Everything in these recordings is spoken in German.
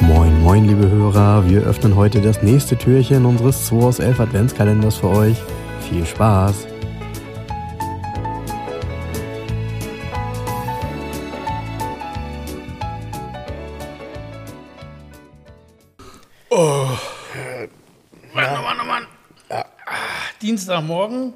Moin, moin, liebe Hörer. Wir öffnen heute das nächste Türchen unseres 2 aus 11 Adventskalenders für euch. Viel Spaß! Mann, oh Mann, oh Mann. Ah, Dienstagmorgen,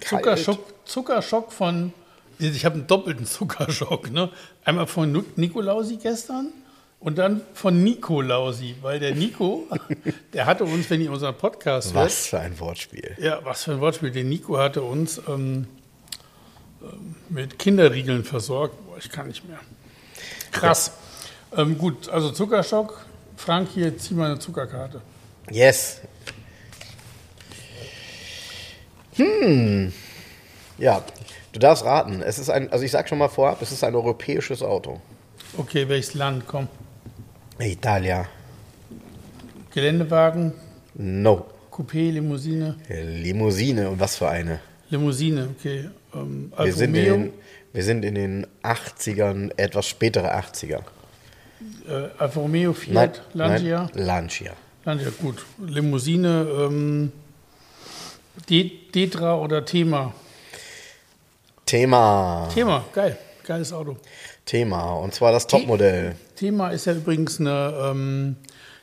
Zuckerschock, Zuckerschock von. Ich habe einen doppelten Zuckerschock. Ne? Einmal von Nu- Nikolausi gestern und dann von Nikolausi, weil der Nico, der hatte uns, wenn ihr unseren Podcast hört, Was für ein Wortspiel. ja, was für ein Wortspiel, der Nico hatte uns ähm, ähm, mit Kinderriegeln versorgt. Boah, ich kann nicht mehr. Krass. Ähm, gut, also Zuckerschock. Frank, hier, zieh mal eine Zuckerkarte. Yes. Hm. Hmm. Ja, du darfst raten. Es ist ein, also ich sag schon mal vorab, es ist ein europäisches Auto. Okay, welches Land? Komm. Italia. Geländewagen, No. Coupé, Limousine. Limousine und was für eine. Limousine, okay. Ähm, Wir Alfa sind, in Romeo, den, wir sind in den 80ern, etwas spätere 80er. äh, Alfa Romeo, Fiat, Lancia. Nein, Lancia. Lancia, gut. Limousine, ähm, De Detra oder Thema. Thema. Thema, geil. Geiles Auto. Thema. Und zwar das Topmodell. Thema ist ja übrigens eine, ähm,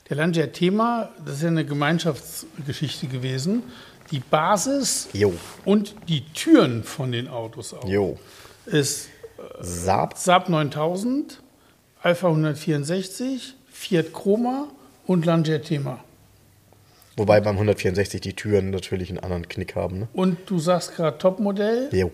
der Lancia Thema, das ist ja eine Gemeinschaftsgeschichte gewesen. Die Basis Jo. und die Türen von den Autos auch. Jo. Ist Saab. Saab 9000, Alpha 164, Fiat Chroma und Lancia Thema. Wobei beim 164 die Türen natürlich einen anderen Knick haben. Ne? Und du sagst gerade Topmodell, Jo.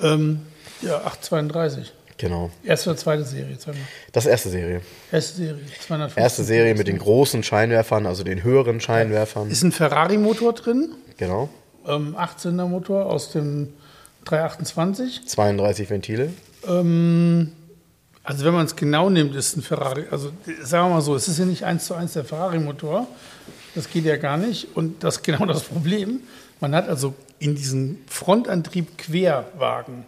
ähm, ja, 832. Genau. Erste oder zweite Serie? Zweimal. Das erste Serie. Erste Serie, 250. Erste Serie mit den großen Scheinwerfern, also den höheren Scheinwerfern. Ist ein Ferrari-Motor drin, Genau. ähm, 8-Zylinder-Motor aus dem 328. 32 Ventile. Ähm, also wenn man es genau nimmt, ist ein Ferrari, also äh, sagen wir mal so, es ist ja nicht eins zu eins der Ferrari-Motor. Das geht ja gar nicht. Und das ist genau das Problem. Man hat also in diesen Frontantrieb Querwagen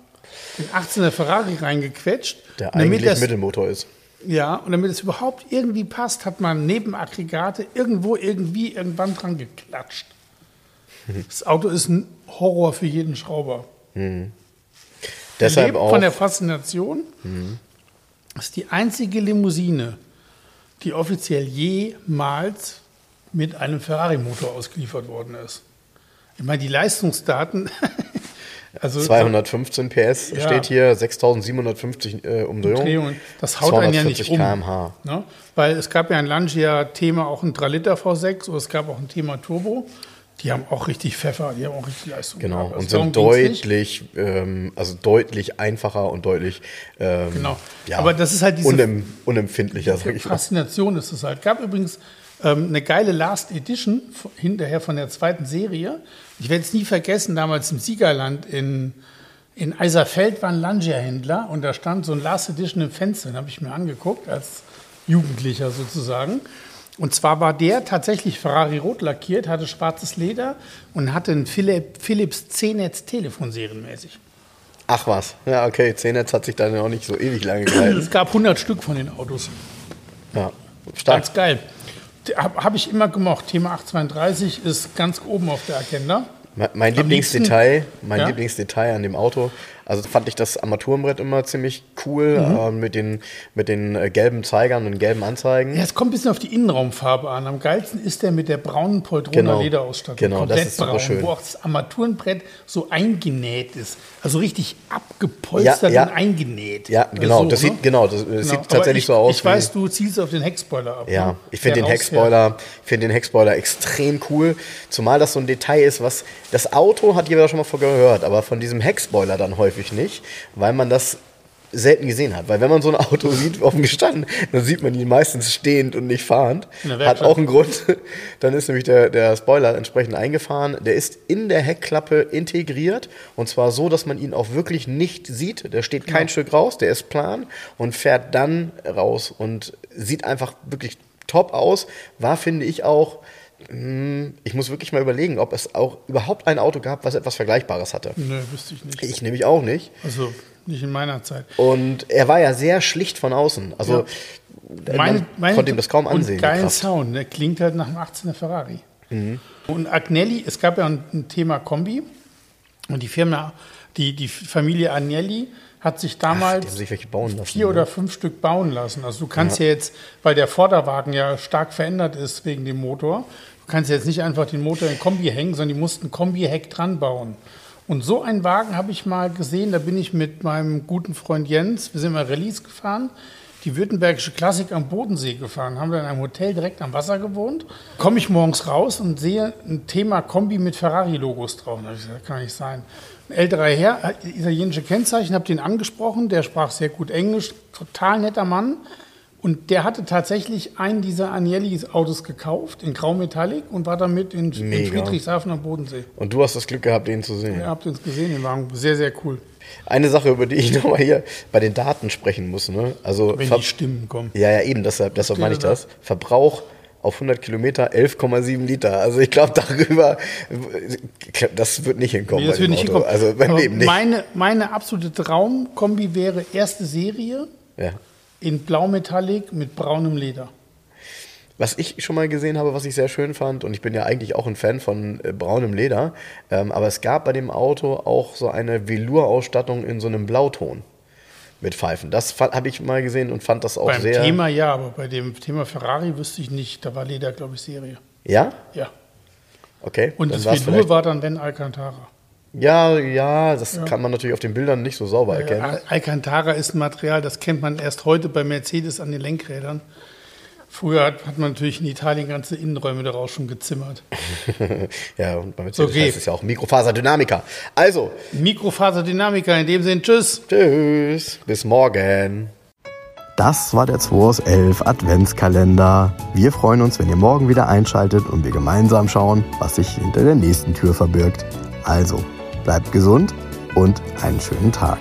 den 18er Ferrari reingequetscht. Der Und damit eigentlich das- Mittelmotor ist. Ja, und damit es überhaupt irgendwie passt, hat man Nebenaggregate irgendwo irgendwie irgendwann dran geklatscht. Mhm. Das Auto ist ein Horror für jeden Schrauber. Deshalb Lebt von der auch. Faszination. Das ist die einzige Limousine, die offiziell jemals mit einem Ferrari-Motor ausgeliefert worden ist. Ich meine, die Leistungsdaten. also 215 PS Ja. steht hier, 6750 äh, Umdrehungen. Drehungen, das haut einen ja nicht 240 um. km/h. Ne? Weil es gab ja ein Lancia-Thema, auch ein 3-Liter V6 oder es gab auch ein Thema Turbo. Die haben auch richtig Pfeffer, die haben auch richtig Leistung. Genau. gehabt. Also Und sind darum ging's nicht. deutlich, ähm, also deutlich einfacher und deutlich. Ähm, Genau. Ja, Aber das ist halt diese unem, unempfindlicher, sag ich mal. Faszination ist es halt. Gab übrigens ähm, eine geile Last Edition f- hinterher von der zweiten Serie. Ich werde es nie vergessen, damals im Siegerland in, in Eiserfeld war ein Lancia-Händler und da stand so ein Last Edition im Fenster. Den habe ich mir angeguckt als Jugendlicher sozusagen. Und zwar war der tatsächlich Ferrari rot lackiert, hatte schwarzes Leder und hatte ein Philipp, Philips C-Netz Telefon serienmäßig. Ach was. Ja, okay. 10 Netz hat sich dann ja auch nicht so ewig lange gehalten. Es gab 100 Stück von den Autos. ja. Stark. Ganz geil. Habe hab ich immer gemocht. Thema 832 ist ganz oben auf der Agenda. Me- Mein Am Lieblingsdetail, mein Ja? Lieblingsdetail an dem Auto, also fand ich das Armaturenbrett immer ziemlich cool Mhm. äh, mit den mit den äh, gelben Zeigern und gelben Anzeigen. Ja, es kommt ein bisschen auf die Innenraumfarbe an. Am geilsten ist der mit der braunen Poltroner Genau. Lederausstattung. Genau, das Komplett ist super braun, schön. wo auch das Armaturenbrett so eingenäht ist. Also richtig abgepolstert Ja, ja. und eingenäht. Also ne? Ja, genau, das sieht- genau, das, äh, sieht aber tatsächlich ich, so aus Ich wie- weiß, du zielst auf den Heckspoiler ab. Ja, ne? ich finde Der den rausfährt. Heckspoiler, ich finde den Heckspoiler extrem cool, zumal das so ein Detail ist, was das Auto hat jeder schon mal von gehört, aber von diesem Heckspoiler dann häufig nicht, weil man das selten gesehen hat, weil wenn man so ein Auto sieht offen gestanden, dann sieht man ihn meistens stehend und nicht fahrend. In der Hat Werkstatt. auch einen Grund. Dann ist nämlich der, der Spoiler entsprechend eingefahren. Der ist in der Heckklappe integriert und zwar so, dass man ihn auch wirklich nicht sieht. Der steht Genau. kein Stück raus, der ist plan und fährt dann raus und sieht einfach wirklich top aus. War, finde ich, auch hm, Ich muss wirklich mal überlegen, ob es auch überhaupt ein Auto gab, was etwas Vergleichbares hatte. Nö, wüsste ich nicht. Ich nämlich auch nicht. Also nicht in meiner Zeit. Und er war ja sehr schlicht von außen. Also man konnte ihm das kaum ansehen. Und die geilen Kraft. Mhm. Sound, der klingt halt nach einem 18er Ferrari. Und Agnelli, es gab ja ein, ein Thema Kombi und die Firma, die, die Familie Agnelli hat sich Die haben damals sich welche bauen lassen. vier ne? oder fünf Stück bauen lassen. Also du kannst ja. jetzt, weil der Vorderwagen ja stark verändert ist wegen dem Motor, du kannst jetzt nicht einfach den Motor in Kombi hängen, sondern die mussten Kombi-Heck dran bauen. Und so einen Wagen habe ich mal gesehen, da bin ich mit meinem guten Freund Jens, wir sind mal Rallyes gefahren, die württembergische Klassik am Bodensee gefahren, haben dann in einem Hotel direkt am Wasser gewohnt. Komme ich morgens raus und sehe ein Thema Kombi mit Ferrari-Logos drauf. Da hab ich gesagt, das kann nicht sein. Ein älterer Herr, hat italienische Kennzeichen, habe den angesprochen, der sprach sehr gut Englisch, total netter Mann. Und der hatte tatsächlich einen dieser Agnelli-Autos gekauft, in Grau Metallic, und war damit in, in Mega. Friedrichshafen am Bodensee. Und du hast das Glück gehabt, ihn zu sehen. Ihr habt uns gesehen, den Wagen, sehr, sehr cool. Eine Sache, über die ich nochmal hier bei den Daten sprechen muss. Ne? Also Wenn Ver- die Stimmen kommen. Ja, ja, eben, deshalb, deshalb steht meine ich da das. Verbrauch auf 100 Kilometer 11,7 Liter. Also ich glaube, darüber, das wird nicht hinkommen. Nee, das wird bei dem nicht Auto. hinkommen. Also beim Aber Leben nicht. Meine, meine absolute Traumkombi wäre erste Serie Ja. in Blaumetallic mit braunem Leder. Was ich schon mal gesehen habe, was ich sehr schön fand, und ich bin ja eigentlich auch ein Fan von äh, braunem Leder, ähm, aber es gab bei dem Auto auch so eine Velour-Ausstattung in so einem Blauton mit Pfeifen. Das habe ich mal gesehen und fand das auch Beim sehr. Thema ja, aber bei dem Thema Ferrari wüsste ich nicht. Da war Leder, glaube ich, Serie. Ja? Ja. Okay. Und dann das war's Velour vielleicht- war dann, wenn Alcantara. Ja, ja, das kann man natürlich auf den Bildern nicht so sauber erkennen. Al- Alcantara ist ein Material, das kennt man erst heute bei Mercedes an den Lenkrädern. Früher hat, hat man natürlich in Italien ganze Innenräume daraus schon gezimmert. ja, und bei Mercedes Okay. heißt es ja auch Mikrofaserdynamiker. Also, Mikrofaserdynamiker in dem Sinn, tschüss. tschüss, bis morgen. Das war der 2 aus 11 Adventskalender. Wir freuen uns, wenn ihr morgen wieder einschaltet und wir gemeinsam schauen, was sich hinter der nächsten Tür verbirgt. Also, bleibt gesund und einen schönen Tag.